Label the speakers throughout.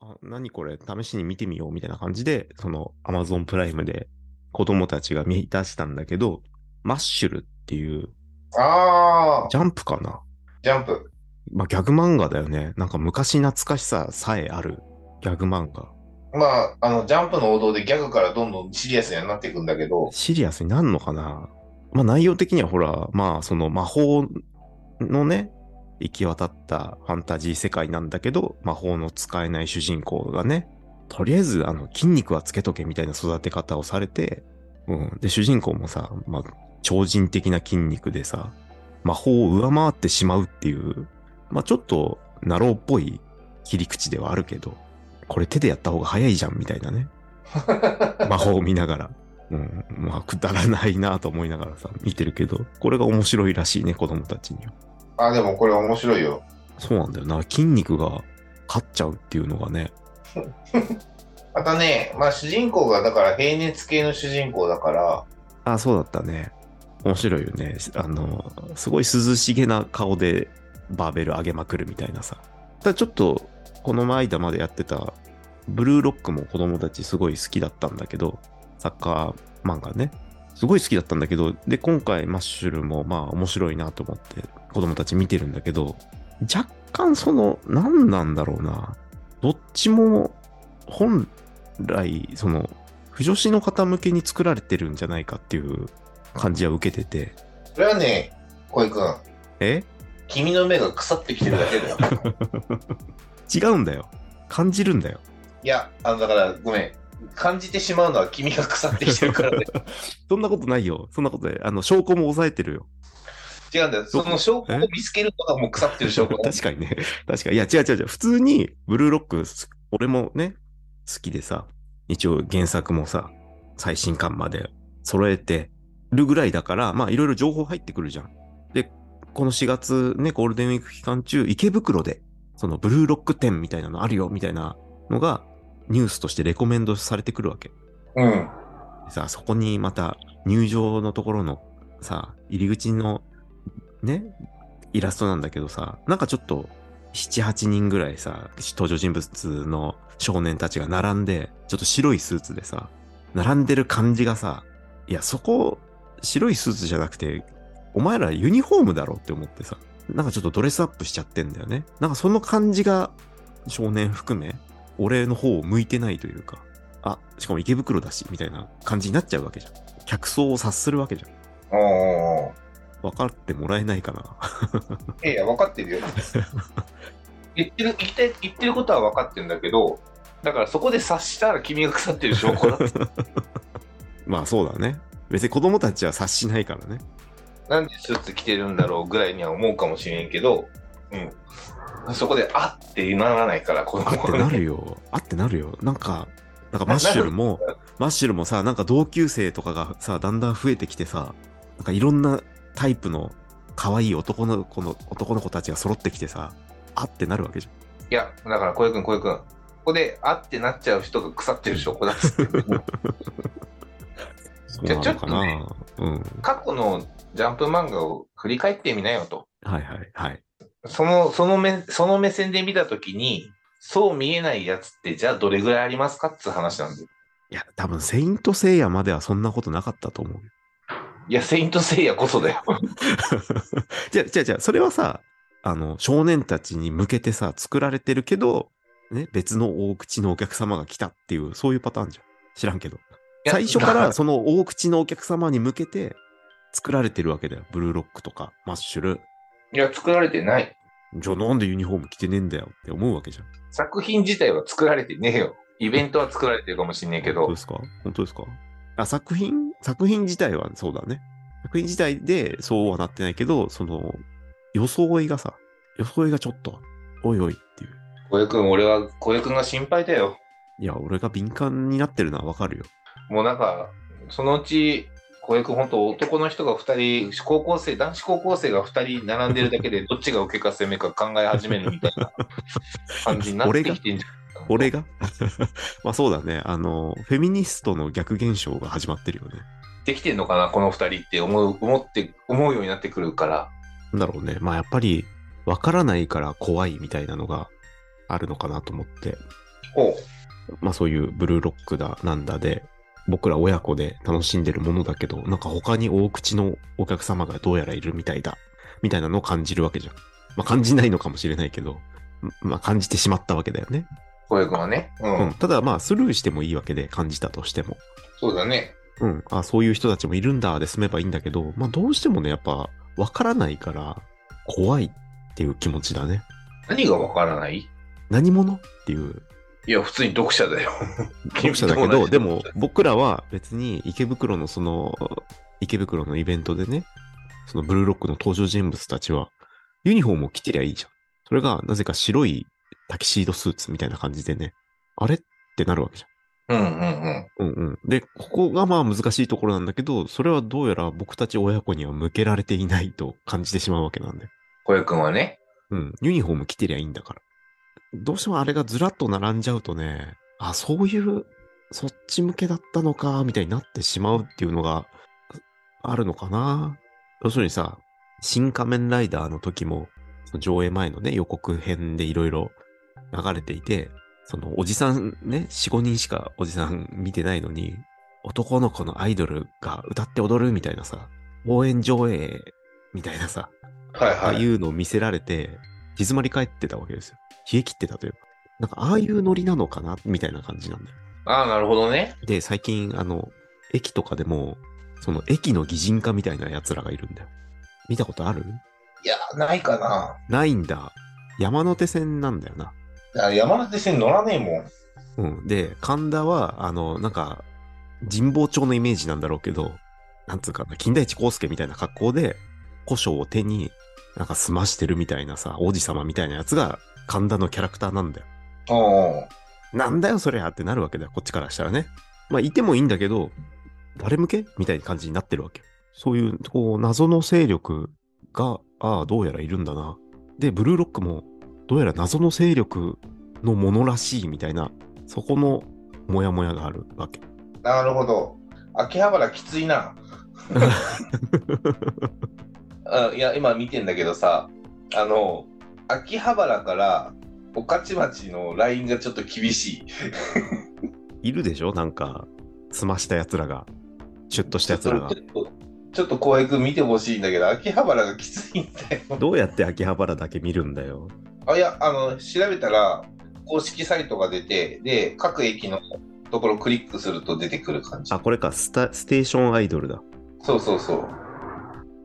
Speaker 1: あ、何これ、試しに見てみようみたいな感じで、その Amazon プライムで子供たちが見出したんだけど、マッシュルっていう、
Speaker 2: ああ、
Speaker 1: ジャンプかな
Speaker 2: ジャンプ。
Speaker 1: まあギャグ漫画だよね。なんか昔懐かしささえあるギャグ漫画。
Speaker 2: まあ、あの、ジャンプの王道でギャグからどんどんシリアスになっていくんだけど、
Speaker 1: シリアスになるのかなまあ内容的にはほら、まあその魔法のね、行き渡ったファンタジー世界なんだけど、魔法の使えない主人公がね、とりあえずあの筋肉はつけとけみたいな育て方をされて、うん。で、主人公もさ、まあ超人的な筋肉でさ、魔法を上回ってしまうっていう、まあちょっとナローっぽい切り口ではあるけど、これ手でやった方が早いじゃんみたいなね。魔法を見ながら。うん、まあ、くだらないなと思いながらさ、見てるけど、これが面白いらしいね、子供たちには。
Speaker 2: あ、でもこれ面白いよ。
Speaker 1: そうなんだよな、筋肉が勝っちゃうっていうのがね。
Speaker 2: またね、まあ主人公がだから平熱系の主人公だから、
Speaker 1: あ、そうだったね。面白いよね。あの、すごい涼しげな顔でバーベル上げまくるみたいなさ。ただちょっと、この間までやってた、ブルーロックも子供たちすごい好きだったんだけど、サッカー漫画ね。すごい好きだったんだけど、で、今回マッシュルもまあ面白いなと思って子供たち見てるんだけど、若干その、何なんだろうな。どっちも本来、その、不女子の方向けに作られてるんじゃないかっていう感じは受けてて。
Speaker 2: それはね、小井くん、
Speaker 1: え
Speaker 2: 君の目が腐ってきてるだけだよ。
Speaker 1: 違うんだよ。感じるんだよ。
Speaker 2: いや、あの、だからごめん。感じてしまうのは君が腐ってきてるからで
Speaker 1: そんなことないよ。そんなことない。あの、証拠も抑えてるよ。
Speaker 2: 違うんだよ。その証拠を見つけるのがもう腐ってる証拠
Speaker 1: 確かにね。確かに。いや、違う違う違う。普通に、ブルーロック、俺もね、好きでさ、一応原作もさ、最新刊まで揃えてるぐらいだから、まあ、いろいろ情報入ってくるじゃん。で、この4月ね、ゴールデンウィーク期間中、池袋で、そのブルーロック展みたいなのあるよ、みたいなのが、ニュースとしてレコメンドされてくるわけ。
Speaker 2: うん。
Speaker 1: さ、そこにまた入場のところのさ、入り口のね、イラストなんだけどさ、なんかちょっと7、8人ぐらいさ、登場人物の少年たちが並んで、ちょっと白いスーツでさ、並んでる感じがさ、いや、そこ、白いスーツじゃなくて、お前らユニフォームだろって思ってさ、なんかちょっとドレスアップしちゃってんだよね。なんかその感じが、少年含め、俺の方を向いてないというか、あ、しかも池袋だし、みたいな感じになっちゃうわけじゃん。客層を察するわけじゃん。
Speaker 2: おー。
Speaker 1: 分かってもらえないかな。
Speaker 2: いやいや、分かってるよ。言ってる言って言ってることは分かってるんだけど、だからそこで察したら君が腐ってる証拠 だって。
Speaker 1: まあそうだね。別に子供たちは察しないからね。
Speaker 2: なんでスーツ着てるんだろうぐらいには思うかもしれんけど、うん。そこで、あってならないから、子供
Speaker 1: あってなるよ。あってなるよ。なんか、なんかマッシュル も、マッシュルもさ、なんか同級生とかがさ、だんだん増えてきてさ、なんかいろんなタイプの可愛い男の子の、男の子たちが揃ってきてさ、あってなるわけじゃん。
Speaker 2: いや、だから小江君、小江君、ここで、あってなっちゃう人が腐ってる証 拠だっつって。
Speaker 1: そう
Speaker 2: じゃ
Speaker 1: な
Speaker 2: あち
Speaker 1: の
Speaker 2: ょっ
Speaker 1: か
Speaker 2: と
Speaker 1: な、
Speaker 2: ね、
Speaker 1: うん。
Speaker 2: 過去のジャンプ漫画を振り返ってみなよと。
Speaker 1: はいはいはい。
Speaker 2: その、その目、その目線で見たときに、そう見えないやつって、じゃあどれぐらいありますかっつう話なんで。
Speaker 1: いや、多分、セイントセイヤまではそんなことなかったと思うよ。
Speaker 2: いや、セイントセイヤこそだよ。
Speaker 1: じゃあ、じゃあ、じゃあそれはさ、あの、少年たちに向けてさ、作られてるけど、ね、別の大口のお客様が来たっていう、そういうパターンじゃん。知らんけど。 最初からその大口のお客様に向けて作られてるわけだよ。ブルーロックとか、マッシュル。
Speaker 2: いや、作られてない。
Speaker 1: じゃあなんでユニフォーム着てねえんだよって思うわけじゃん。
Speaker 2: 作品自体は作られてねえよ。イベントは作られてるかもしんねえけ
Speaker 1: 本当
Speaker 2: ど
Speaker 1: で、すか本当ですかあ、作品作品自体はそうだね。作品自体でそうはなってないけど、その、装いがさ、装いがちょっと、おいおいっていう。
Speaker 2: 小江くん、俺は、小江くんが心配だよ。
Speaker 1: いや、俺が敏感になってるのはわかるよ。
Speaker 2: もうなんか、そのうち、小江くん、ほんと男の人が2人、高校生、男子高校生が2人並んでるだけ で、どっちが受けか攻めか考え始めるみたいな感じになってきて んじゃん。
Speaker 1: 俺がまあそうだね。あの、フェミニストの逆現象が始まってるよね。
Speaker 2: できてんのかな、この2人って思う、思って、思うようになってくるから。
Speaker 1: なんだろうね。まあやっぱり、わからないから怖いみたいなのがあるのかなと思って。
Speaker 2: おう
Speaker 1: まあそういうブルーロックだなんだで、僕ら親子で楽しんでるものだけど、なんか他に大口のお客様がどうやらいるみたいだ、みたいなのを感じるわけじゃん。まあ感じないのかもしれないけど、まあ感じてしまったわけだよね。
Speaker 2: 小江君はね。うん。
Speaker 1: うん。ただまあスルーしてもいいわけで、感じたとしても。
Speaker 2: そうだね。
Speaker 1: うん。あ、そういう人たちもいるんだで済めばいいんだけど、まあどうしてもね、やっぱわからないから、怖いっていう気持ちだね。
Speaker 2: 何がわからない
Speaker 1: 何者っていう
Speaker 2: いや、普通に読者だよ。
Speaker 1: 読者だけ
Speaker 2: 君と同
Speaker 1: ど、
Speaker 2: じ
Speaker 1: でも僕らは別に池袋のその、池袋のイベントでね、そのブルーロックの登場人物たちは、ユニフォームを着てりゃいいじゃん。それがなぜか白いタキシードスーツみたいな感じでね、あれってなるわけじ
Speaker 2: うんうんうん。
Speaker 1: ゃん。うんうん。で、ここがまあ難しいところなんだけど、それはどうやら僕たち親子には向けられていないと感じてしまうわけなんで。
Speaker 2: 小江君はね。
Speaker 1: うん、ユニフォーム着てりゃいいんだから。どうしてもあれがずらっと並んじゃうとね、あ、そういう、そっち向けだったのか、みたいになってしまうっていうのがあるのかな。要するにさ、新仮面ライダーの時も、その上映前のね、予告編でいろいろ流れていて、そのおじさんね、4、5人しかおじさん見てないのに、男の子のアイドルが歌って踊るみたいなさ、応援上映みたいなさ、
Speaker 2: はい
Speaker 1: ああ
Speaker 2: はい。
Speaker 1: いうのを見せられて、行き詰まり返ってたわけですよ。冷え切ってたというか。なんか、ああいうノリなのかなみたいな感じなんだよ。
Speaker 2: ああ、なるほどね。
Speaker 1: で、最近、あの、駅とかでも、その駅の擬人化みたいな奴らがいるんだよ。見たことある
Speaker 2: いや、ないかな。
Speaker 1: ないんだ。山手線なんだよな。
Speaker 2: あ山手線乗らねえもん。
Speaker 1: うん。で、神田は、あの、なんか、神保町のイメージなんだろうけど、なんつうかな、金田一耕助みたいな格好で、古書を手に、なんか済ましてるみたいなさ、王子様みたいなやつが、神田のキャラクターなんだよ。
Speaker 2: おう
Speaker 1: なんだよそりゃってなるわけだよ、こっちからしたらね。まあ、いてもいいんだけど、誰向けみたいな感じになってるわけよ。そういう、こう、謎の勢力が、ああ、どうやらいるんだな。で、ブルーロックも、どうやら謎の勢力のものらしいみたいな、そこのモヤモヤがあるわけ。
Speaker 2: なるほど。秋葉原きつい な。あいや、今見てんだけどさ、あの、秋葉原から御徒町のラインがちょっと厳しい。
Speaker 1: いるでしょなんか、済ました奴らが、シュッとした奴らが
Speaker 2: ち。ょっと、ちょっと浩平君見てほしいんだけど、秋葉原がきついんだよ。
Speaker 1: どうやって秋葉原だけ見るんだよ。
Speaker 2: あいやあの調べたら公式サイトが出てで各駅のところクリックすると出てくる感じ
Speaker 1: あ、これか、スタステーションアイドルだ。
Speaker 2: そうそうそう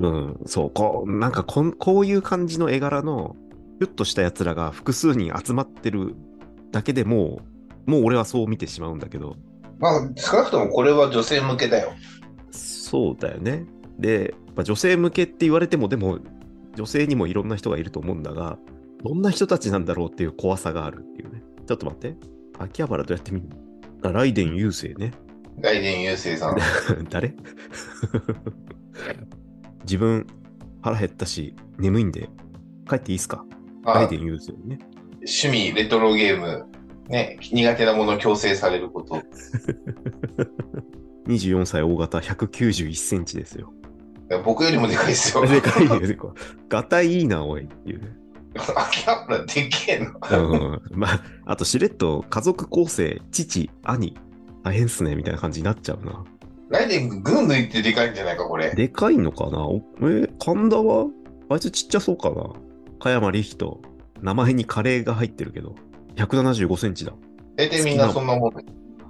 Speaker 1: うん、そう、こう、なんかこん、こういう感じの絵柄の、ふっとした奴らが複数人集まってるだけでもう、もう俺はそう見てしまうんだけど、
Speaker 2: まあ少なくともこれは女性向けだよ
Speaker 1: そうだよね。で、まあ女性向けって言われても、でも、女性にもいろんな人がいると思うんだが、どんな人たちなんだろうっていう怖さがあるっていうね。ちょっと待って。秋葉原どうやって見るのあ、ライデン優勢ね。
Speaker 2: 大連優勢さん
Speaker 1: 誰 自分、腹減ったし、眠いんで、帰っていいっすかライ
Speaker 2: あ
Speaker 1: デン優勢ね。
Speaker 2: 趣味レトロゲームね苦手なもの強制されること
Speaker 1: 24歳大型191センチですよ。
Speaker 2: 僕よりもでかいですよ
Speaker 1: でかい
Speaker 2: 秋
Speaker 1: ね。こうガタイいいな、おいっていうね。
Speaker 2: 葉原でけえな
Speaker 1: うん、まあ、あとしれっと家族構成、父、兄、大変っすね、みたいな感じになっちゃうな。
Speaker 2: 大連群抜いてでかいんじゃないかこれ
Speaker 1: でかいのかなおえ、神田はあいつちっちゃそうかな加山理人。名前にカレーが入ってるけど、175センチだ。
Speaker 2: 大体みんなそんなもん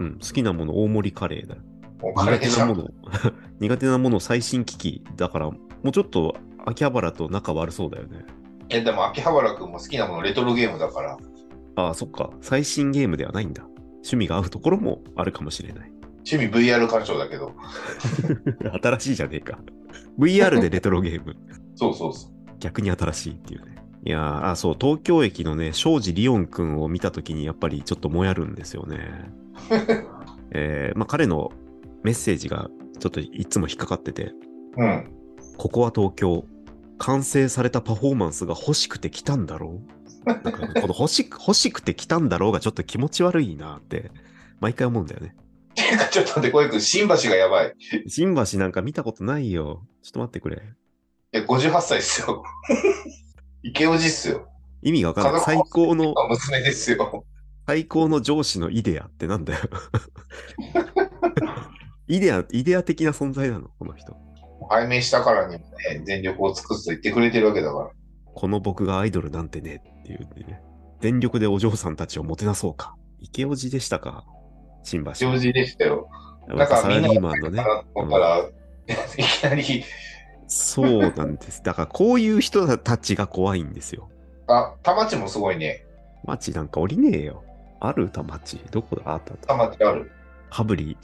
Speaker 1: うん、好きなもの大盛りカレーだよ。
Speaker 2: もうカレ
Speaker 1: 苦
Speaker 2: ー
Speaker 1: 手
Speaker 2: じ
Speaker 1: な
Speaker 2: ゃ
Speaker 1: も
Speaker 2: ん
Speaker 1: の、 苦手なもの最新機器だから、もうちょっと秋葉原と仲悪そうだよね。
Speaker 2: えでも秋葉原君も好きなものレトロゲームだから
Speaker 1: ああ、そっか。最新ゲームではないんだ。趣味が合うところもあるかもしれない。
Speaker 2: 趣味 VR 鑑賞だけど
Speaker 1: 新しいじゃねえか。VR でレトロゲーム。
Speaker 2: そうそうそう
Speaker 1: 逆に新しいっていうね。いやーあ、そう、東京駅のね、庄司リオン君を見たときにやっぱりちょっともやるんですよね。えーまあ彼のメッセージがちょっといつも引っかかってて、
Speaker 2: うん
Speaker 1: ここは東京。完成されたパフォーマンスが欲しくて来たんだろうなんかね、この欲しく欲しくて来たんだろうがちょっと気持ち悪いなって、毎回思うんだよね。
Speaker 2: て かちょっと待って、小池君、新橋がやばい。い
Speaker 1: 新橋なんか見たことないよ。ちょっと待ってくれ。
Speaker 2: や、58歳ですよ。 池尾じっすよ。
Speaker 1: 意味がわかんない。
Speaker 2: 神
Speaker 1: 最
Speaker 2: 奈
Speaker 1: 高の、
Speaker 2: あ娘ですよ。
Speaker 1: 最高の上司のイデアってなんだよ。 イデア、イデア的な存在なの、この人。
Speaker 2: 拝命したからにもね、全力を尽くすと言ってくれてるわけだから。
Speaker 1: この僕がアイドルなんてねって言ってね。全力でお嬢さんたちをもてなそうか。池オジでしたか新橋。
Speaker 2: 常時でしたよ。
Speaker 1: やっぱサラリーマンのね
Speaker 2: だか。ら、だからいきなり、
Speaker 1: そうなんです。だからこういう人たちが怖いんですよ。
Speaker 2: あ、田町もすごいね。
Speaker 1: マチなんか降りねえよ。ある田町。どこだあったあった
Speaker 2: 田町ある。
Speaker 1: ハブリ、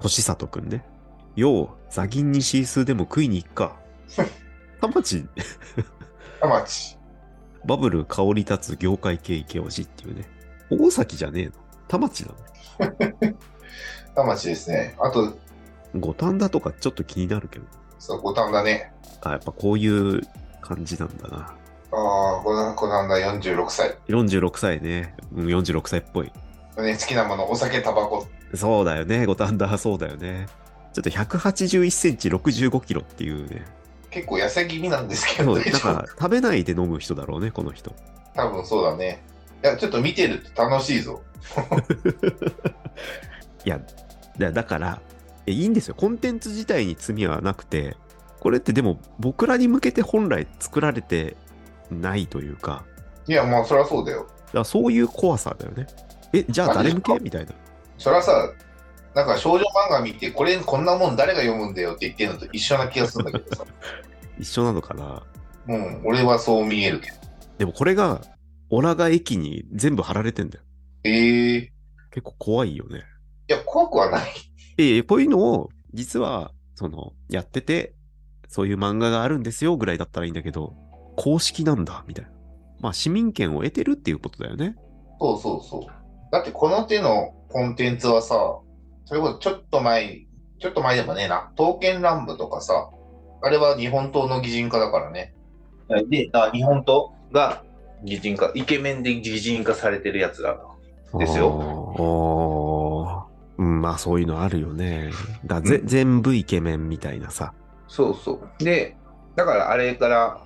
Speaker 1: 星里くんね。よう、ザギンにシースーでも食いに行っか。田町、
Speaker 2: 田町。
Speaker 1: バブル香り立つ業界系イケオジっていうね。大崎じゃねえの。田町なの。
Speaker 2: 田町ですね。あと、
Speaker 1: 五反田とかちょっと気になるけど。
Speaker 2: そう、五反田ね。
Speaker 1: あ、やっぱこういう感じなんだな。
Speaker 2: ああ、五反五反田46歳。
Speaker 1: 46歳ね。うん、46歳っぽい。
Speaker 2: ね、好きなもの、お酒、タバコ。
Speaker 1: そうだよね。五反田、そうだよね。ちょっと181センチ65キロっていうね。
Speaker 2: 結構痩せ気味なんですけ
Speaker 1: そ
Speaker 2: ど、
Speaker 1: う、
Speaker 2: 大
Speaker 1: だ
Speaker 2: 丈夫
Speaker 1: から食べないで飲む人だろうね、この人。
Speaker 2: 多分そうだね。いや、ちょっと見てると楽しいぞ。
Speaker 1: いや、だだから、えいいんですよ。コンテンツ自体に罪はなくて、これってでも僕らに向けて本来作られてないというか、
Speaker 2: いや、まあ、そりゃそうだよ。
Speaker 1: だからそういう怖さだよね。え、じゃあ誰向けみたいな。
Speaker 2: そりゃさ、なんか少女漫画見て、これ、こんなもん誰が読むんだよって言ってるのと一緒な気がするんだけ どさ。
Speaker 1: 一緒なのかな。
Speaker 2: うん、俺はそう見えるけど。
Speaker 1: でもこれが、オラが駅に全部貼られてんだよ。
Speaker 2: ええい
Speaker 1: 結構怖いよね。
Speaker 2: や、怖くはない。
Speaker 1: ええ、こういうのを、実は、その、やってて、そういう漫画があるんですよぐらいだったらいいんだけど、公式なんだ、みたいな。まあ、市民権を得てるっていうことだよね。
Speaker 2: そうそうそう。だってこの手のコンテンツはさ、それこそちょっと前、ちょっと前でもねえな、刀剣乱舞とかさ、あれは日本刀の擬人化だからね。で、あ日本刀が擬人化、イケメンで擬人化されてるやつだな。ですよ
Speaker 1: よ。うん、まあそういうのあるよね。だぜ、
Speaker 2: うん
Speaker 1: 全部イケメンみたいなさ。
Speaker 2: そうそう。で、だからあれから、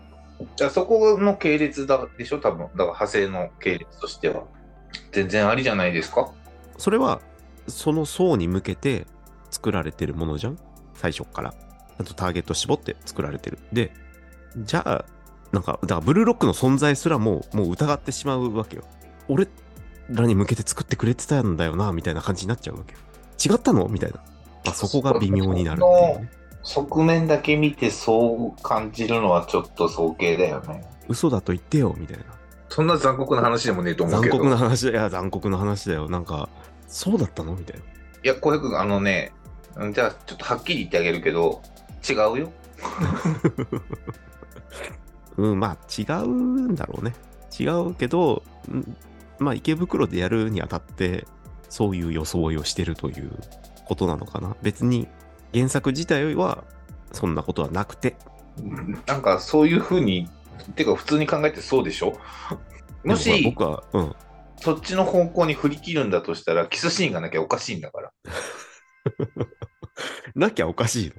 Speaker 2: じゃあそこの系列だでしょ、多分。だから派生の系列としては。全然ありじゃないですか。
Speaker 1: それは、その層に向けて作られてるものじゃん最初っから。あとターゲット絞って作られてる。で、じゃあ、なんか、だからブルーロックの存在すらもう、もう疑ってしまうわけよ。俺らに向けて作ってくれてたんだよな、みたいな感じになっちゃうわけよ。違ったのみたいな。まあ、そこが微妙になるっていうね。
Speaker 2: 側面だけ見てそう感じるのはちょっと早計だよね。
Speaker 1: 嘘だと言ってよ、みたいな。
Speaker 2: そんな残酷な話でもねえと思う
Speaker 1: 残
Speaker 2: けど。
Speaker 1: 酷ない話だよいや残酷な話だよなんかそうだったのみたいな
Speaker 2: や、小平君、あのね、うんじゃあちょっとはっきり言ってあげるけど、違うよ。
Speaker 1: うんまあ違うんだろうね違うけど、うんまあ池袋でやるにあたってそういう装いをしてるということなのかな別に原作自体はそんなことはなくて
Speaker 2: うんなんかそういうふうに、てか普通に考えてそうでしょも
Speaker 1: でまあ
Speaker 2: し、
Speaker 1: 僕はうん
Speaker 2: そっちの方向に振り切るんだとしたら、キスシーンがなきゃおかしいんだから。
Speaker 1: なきゃおかしいの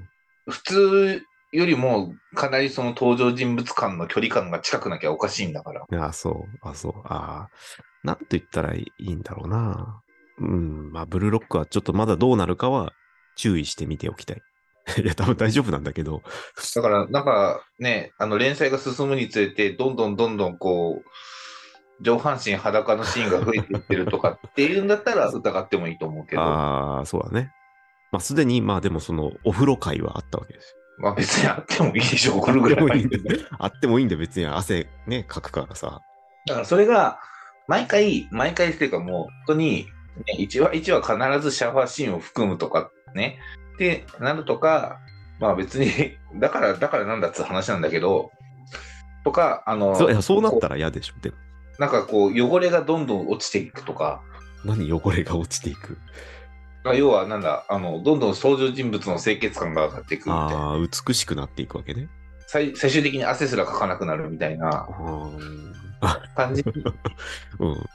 Speaker 2: 普通よりも、かなりその登場人物間の距離感が近くなきゃおかしいんだから。
Speaker 1: ああ、そう、ああ、そう、ああ。なんと言ったらいいんだろうな。うん、まあ、ブルーロックはちょっとまだどうなるかは注意して見ておきたい。 いや、多分大丈夫なんだけど、
Speaker 2: だから、なんかね、あの連載が進むにつれて、どんどんどんどんこう、上半身裸のシーンが増えていってるとかっていうんだったら疑ってもいいと思うけど、
Speaker 1: ああ、そうだね。まあ、すでに、まあ、でもその、お風呂会はあったわけ です
Speaker 2: まあ別にあってもいいでしょう、
Speaker 1: よ。
Speaker 2: これぐらい。
Speaker 1: んだよ。 あってもいいんだよ、別に汗ね、かくからさ。
Speaker 2: だからそれが、毎回、毎回っていうかもう、本当に、ね、1話1話必ずシャワーシーンを含むとかね、ってなるとか、まあ別に、 だから、だからなんだっつう話なんだけど、とか、あの、
Speaker 1: そういやそうなっ
Speaker 2: こ
Speaker 1: たら嫌でしょ、でも。
Speaker 2: うなんかこう、汚れがどんどん落ちていくとか、
Speaker 1: 何汚れが落ちていく。
Speaker 2: まあ要はなんだあのどんどん登場人物の清潔感が上がっていくみたいな
Speaker 1: ああ、美しくなっていくわけね。
Speaker 2: 最最終的に汗すらかかなくなるみたいな
Speaker 1: あー
Speaker 2: 感じに
Speaker 1: うん。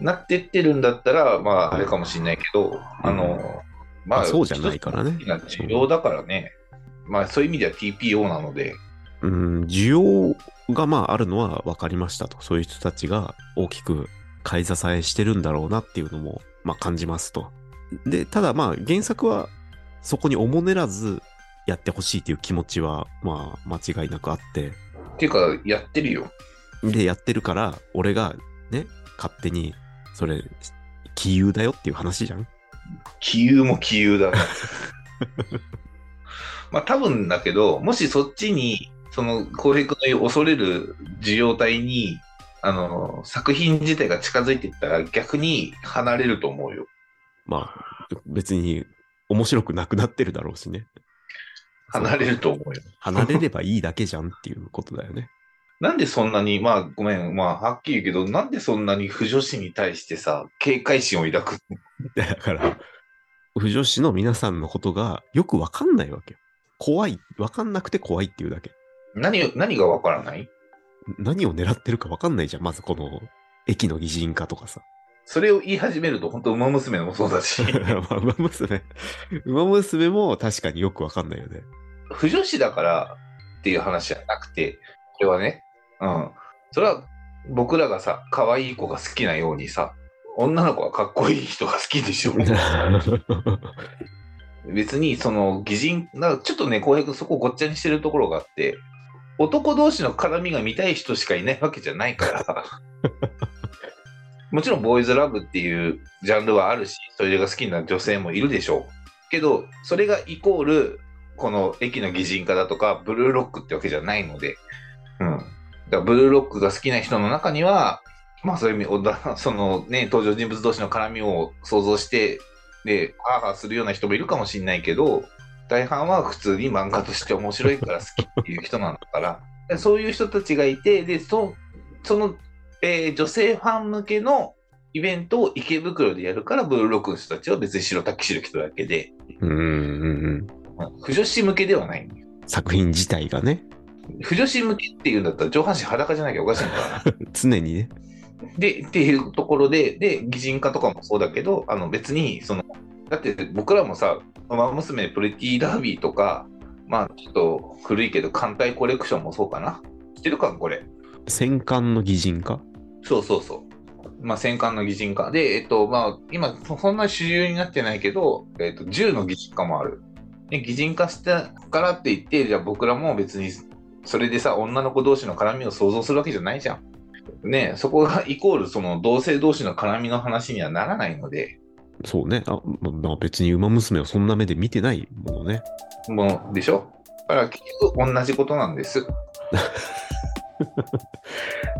Speaker 2: なってってるんだったらまあ
Speaker 1: はい
Speaker 2: あれかもしれないけど、あのまあ
Speaker 1: そうじゃないからね
Speaker 2: 一つの大きな需要だからねまあそういう意味では TPO なので
Speaker 1: うん、需要がまああるのは分かりましたと。そういう人たちが大きく買い支えしてるんだろうなっていうのも、まあ、感じますと。で、ただまあ原作はそこにおもねらずやってほしいっていう気持ちは、まあ間違いなくあって、
Speaker 2: ていうか、やってるよ。
Speaker 1: で、やってるから、俺がね、勝手に、それ、杞憂だよっていう話じゃん。
Speaker 2: 杞憂も杞憂だな。まあ多分だけど、もしそっちに、その浩平君の恐れる受容体に、あの、作品自体が近づいていったら逆に離れると思うよ。
Speaker 1: まあ、別に面白くなくなってるだろうしね。
Speaker 2: 離れると思うよ。
Speaker 1: 離れればいいだけじゃんっていうことだよね。
Speaker 2: なんでそんなに、まあごめん、まあはっきり言うけど、なんでそんなに不女子に対してさ、警戒心を抱く
Speaker 1: だから、不女子の皆さんのことがよくわかんないわけよ。怖い、わかんなくて怖いっていうだけ。
Speaker 2: 何を、何がわからない
Speaker 1: 何を狙ってるかわかんないじゃん。まずこの、駅の擬人化とかさ。、
Speaker 2: それを言い始めると、本当馬娘もそうだし
Speaker 1: まあ、馬娘。馬娘も確かによくわかんないよね。
Speaker 2: 不女子だからっていう話じゃなくて、これはね、うん。それは僕らがさ、可愛い子が好きなようにさ、女の子はかっこいい人が好きでしょ。別に、その、擬人、なんかちょっとね、浩平君そこごっちゃにしてるところがあって、男同士の絡みが見たい人しかいないわけじゃないから。もちろん、ボーイズラブっていうジャンルはあるし、それが好きな女性もいるでしょう。けど、それがイコール、この駅の擬人化だとか、ブルーロックってわけじゃないので、うん。だからブルーロックが好きな人の中には、まあそういう意味おだ、そのね、登場人物同士の絡みを想像して、で、ハーハーするような人もいるかもしれないけど、大半は普通に漫画として面白いから好きっていう人なんだから、でそういう人たちがいて、で、そその、えー女性ファン向けのイベントを池袋でやるから、ブルーロックの人たちは別に白タキシル着ただけで、
Speaker 1: うんうんうん。
Speaker 2: うん不女子向けではない。
Speaker 1: 作品自体がね、
Speaker 2: 不女子向けっていうんだったら上半身裸じゃなきゃおかしいんだから。
Speaker 1: 常にね。
Speaker 2: で、っていうところで、で、擬人化とかもそうだけど、あの別に、その、だって僕らもさ、ウマ娘プレティダービーとか、まあちょっと古いけど、艦隊コレクションもそうかな。知ってるかこれ。
Speaker 1: 戦艦の擬人化
Speaker 2: そうそうそう。まあ戦艦の擬人化。で、えっと、まあ今、そそんな主流になってないけど、えっと、銃の擬人化もある。で擬人化したからって言って、じゃあ僕らも別に、それでさ、女の子同士の絡みを想像するわけじゃないじゃん。ねえそこが イコールその同性同士の絡みの話にはならないので、
Speaker 1: そうね。あ、ままあ、別に馬娘をそんな目で見てないものね。
Speaker 2: もう、でしょだから結局同じことなんです。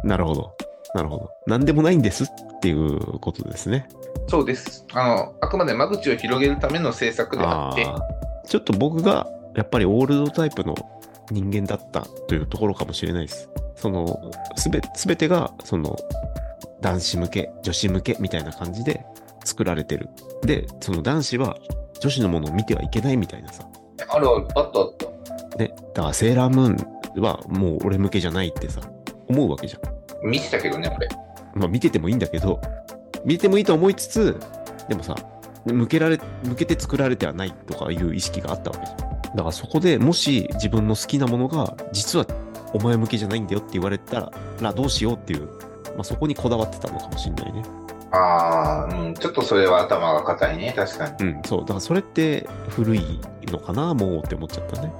Speaker 1: なるほど。なるほど。なんでもないんですっていうことですね。
Speaker 2: そうです。あの、あくまで間口を広げるための政策であって、
Speaker 1: あーちょっと僕がやっぱりオールドタイプの人間だったというところかもしれないです。そのすべすべてがその男子向け女子向けみたいな感じで作られてる。でその男子は女子のものを見てはいけないみたいなさ。
Speaker 2: あるある、あったあった。
Speaker 1: ね、だからセーラームーンはもう俺向けじゃないってさ思うわけじゃん。
Speaker 2: 見てたけどね、俺。
Speaker 1: まあ、見ててもいいんだけど見てもいいと思いつつでもさ向けられ向けて作られてはないとかいう意識があったわけじゃんだからそこでもし自分の好きなものが実はお前向けじゃないんだよって言われたららどうしようっていう、まあ、そこにこだわってたのかもしれないね
Speaker 2: ああ、うん、ちょっとそれは頭が硬いね、確かに。
Speaker 1: うんそうだからそれって古いのかなもうって思っちゃったね